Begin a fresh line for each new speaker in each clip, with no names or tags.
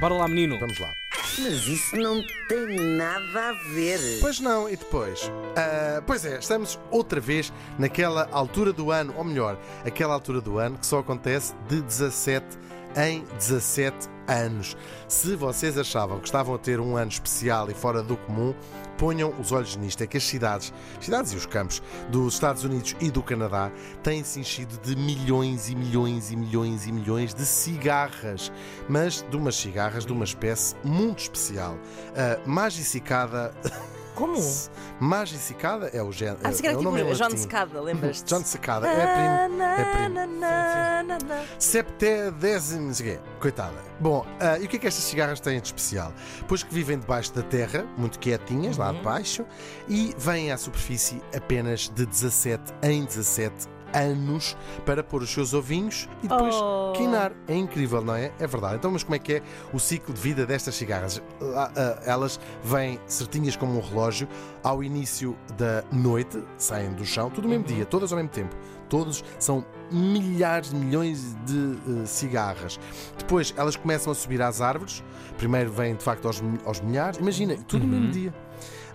Bora lá, menino.
Vamos lá.
Mas isso não tem nada a ver.
Pois não, e depois? Ah, pois é, estamos outra vez naquela altura do ano, ou melhor, aquela altura do ano que só acontece de 17 em 17 anos. Se vocês achavam que estavam a ter um ano especial e fora do comum, ponham os olhos nisto. É que as cidades, as cidades e os campos dos Estados Unidos e do Canadá têm-se enchido de milhões e milhões e milhões e milhões de cigarras, mas de umas cigarras de uma espécie muito especial, a magicicada.
Como?
Magicicada é o género.
Ah, pensei que
é
era
o nome
tipo
em
John
latim.
Secada, lembras-te? Ah,
John Secada, é primo. É primo.
Na, na, na, na.
Septedésimo, não sei o quê. Coitada. Bom, ah, e o que é que estas cigarras têm de especial? Pois que vivem debaixo da terra, muito quietinhas, lá debaixo, e vêm à superfície apenas de 17 em 17 anos para pôr os seus ovinhos e depois
Oh.
quinar. É incrível, não é? É verdade. Então, mas como é que é o ciclo de vida destas cigarras? Lá, ah, elas vêm certinhas como um relógio ao início da noite, saem do chão, tudo no mesmo dia, todas ao mesmo tempo. Todos são milhares de milhões de eh, cigarras. Depois elas começam a subir às árvores. Primeiro vêm de facto aos, mi- aos milhares. Imagina, tudo no mesmo dia.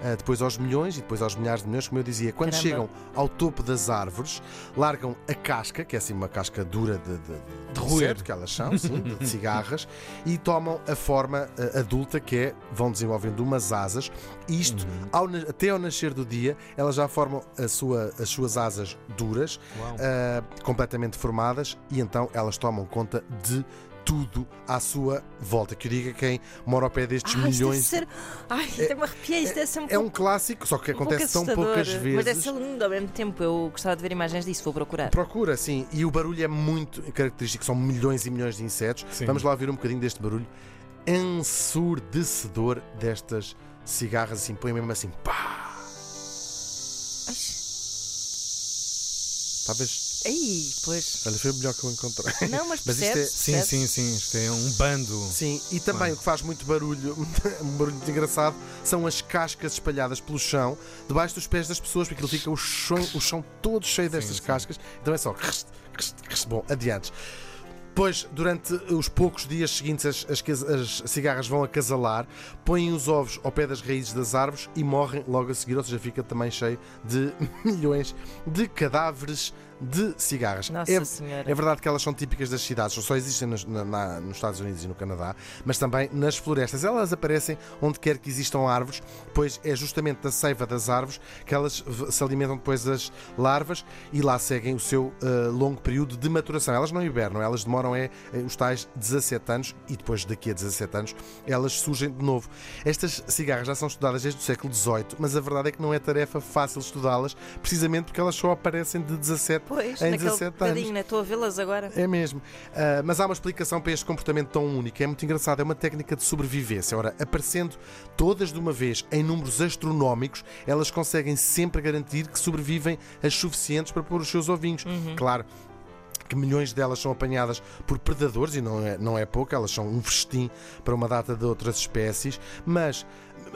Ah, depois aos milhões e depois aos milhares de milhões, como eu dizia. Quando
Caramba.
chegam ao topo das árvores, largam a casca, que é assim uma casca dura de, de, de, de
roer.
cerdo, que elas são, sim, de, de cigarras, e tomam a forma ah, adulta que é, vão desenvolvendo umas asas. E Isto, ao na- até ao nascer do dia, elas já formam a sua- as suas asas duras,
Uau.
ah, completamente formadas, e então elas tomam conta de tudo à sua volta. Que o diga quem mora ao pé destes
Ah, isto deve
milhões.
ser. Ai, até me arrepiei, isto deve ser um
É um
pouco.
clássico, só que
um pouco
acontece tão poucas
assustador, Mas deve
vezes.
ser lindo ao mesmo tempo. Eu gostava de ver imagens disso, vou procurar.
Procura, sim, e o barulho é muito característico, são milhões e milhões de insetos.
Sim.
Vamos lá ouvir um bocadinho deste barulho ensurdecedor destas cigarras, assim, põe mesmo assim, pá! Talvez.
Aí, pois.
Olha, foi o melhor que eu encontrei.
Não, mas
Mas isto
percebe.
Sim,
é-
sim, sim. Isto é um bando.
Sim, e também o que faz muito barulho, um barulho muito engraçado, são as cascas espalhadas pelo chão, debaixo dos pés das pessoas, porque aquilo fica o chão, o chão todo cheio destas cascas. Então é só. crst, crst, crst. Bom, adiante. Pois, durante os poucos dias seguintes, as, as cas- as cigarras vão acasalar, põem os ovos ao pé das raízes das árvores e morrem logo a seguir, ou seja, fica também cheio de milhões de cadáveres de cigarras.
Nossa
é,
Senhora.
é verdade que elas são típicas das cidades, só existem nos, na- na- nos Estados Unidos e no Canadá, mas também nas florestas. Elas aparecem onde quer que existam árvores, pois é justamente da seiva das árvores que elas v- se alimentam depois das larvas e lá seguem o seu eh, longo período de maturação. Elas não hibernam, elas demoram é, eh, os tais 17 anos e depois daqui a 17 anos elas surgem de novo. Estas cigarras já são estudadas desde o século XVIII, mas a verdade é que não é tarefa fácil estudá-las, precisamente porque elas só aparecem de 17
Pois,
em
naquele
17 anos.
bocadinho, né? Estou a vê-las agora.
É mesmo. Ah, mas há uma explicação para este comportamento tão único. É muito engraçado. É uma técnica de sobrevivência. Ora, aparecendo todas de uma vez em números astronómicos, elas conseguem sempre garantir que sobrevivem as suficientes para pôr os seus ovinhos.
Uhum.
Claro. Que milhões delas são apanhadas por predadores, e não é, não é pouco, elas são um festim para uma data de outras espécies, mas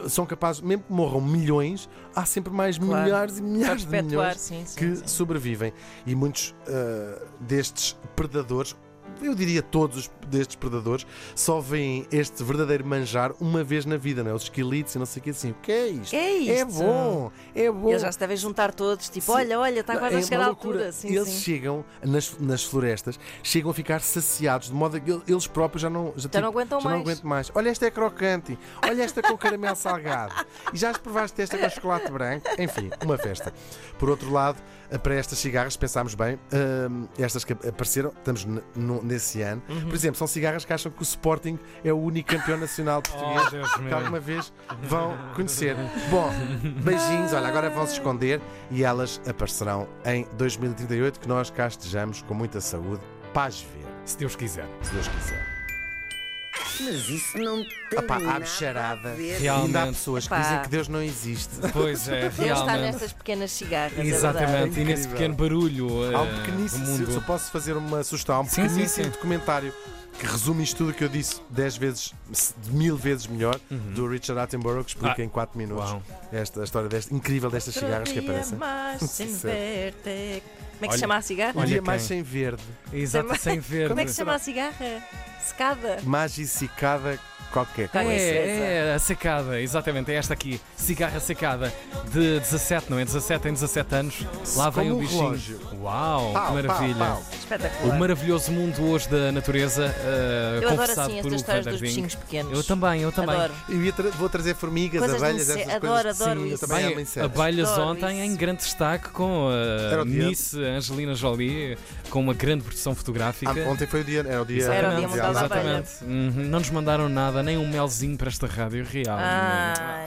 são capazes, mesmo que morram milhões, há sempre mais
Claro.
milhares e milhares de
Para perpetuar,
milhões
sim, sim,
que
sim.
sobrevivem. E muitos ah, destes predadores, eu diria todos os destes predadores, só veem este verdadeiro manjar uma vez na vida, não é? Os esquilitos e não sei o que assim. O que é isto?
É
É
isto?
bom, é bom.
Eles já se devem juntar todos, tipo,
Sim.
olha, olha, está quase
É
a chegar
uma
à
loucura.
altura. Sim,
eles
sim.
chegam nas, nas florestas, chegam a ficar saciados, de modo que eles próprios já não, já, tipo,
não aguentam
já
mais.
não aguento mais. Olha, esta é crocante, olha esta com caramelo salgado, e já provaste esta com chocolate branco. Enfim, uma festa. Por outro lado, para estas cigarras, se pensarmos bem, hum, estas que apareceram, estamos n- no- nesse ano,
Uhum.
por exemplo, são cigarras que acham que o Sporting é o único campeão nacional português
Oh, Deus
que
meu.
alguma vez vão conhecer. Bom, beijinhos, olha, agora vão se esconder e elas aparecerão em 2038, que nós cá estejamos com muita saúde, paz verde,
Se Deus quiser.
se Deus quiser.
Mas isso não tem
Epá,
nada
abre charada.
a ver.
E ainda há
Realmente.
pessoas que
Epá.
dizem que Deus não existe.
Pois é,
Deus está
realmente.
nestas pequenas cigarras. é verdade.
Exatamente. E nesse
Incrível.
pequeno barulho.
Há um
eh,
pequeníssimo,
do
se eu
mundo.
posso fazer uma sugestão, há um
Sim, sim,
pequeníssimo
sim.
documentário que resume isto tudo que eu disse 10 vezes, mil vezes melhor, do Richard Attenborough, que explica
Uhum. Ah.
em 4 minutos
Uau.
esta a história desta, incrível destas
Outro
cigarras que
dia
aparecem.
mais sem
Sim, sim.
ver-te. Como é que
Olha.
se chama a cigarra?
Um
Olha
dia
quem.
mais sem verde.
Exato, sem ver.
é Como é que se chama a cigarra? Secada.
Magicicada qualquer
Com
coisa.
licença.
É, é a secada, exatamente, é esta aqui, cigarra secada, de 17, não é? 17 em 17 anos. Lá vem
Como
o
um
bichinho.
relógio.
Uau,
Pau,
que maravilha.
pau, pau.
O
Espetacular.
maravilhoso mundo hoje da natureza, uh,
Eu adoro
conversado
assim
por
estas
o
histórias
Van der
dos
Vink.
bichinhos pequenos.
Eu também, eu também.
Adoro.
Eu ia tra- vou trazer formigas,
Coisas de
abelhas,
inse-
essas
adoro,
coisas.
adoro
Sim, eu
isso.
também
Bem,
amo insetos.
abelhas
Adoro
ontem
isso.
em grande destaque com a
Era o dia.
Miss Angelina Jolie, com uma grande produção fotográfica.
Ah, ontem foi o dia, era o dia,
Era o Dia Mundial da
exatamente. Uhum, Não nos mandaram nada, nem um melzinho para esta rádio real.
Ah,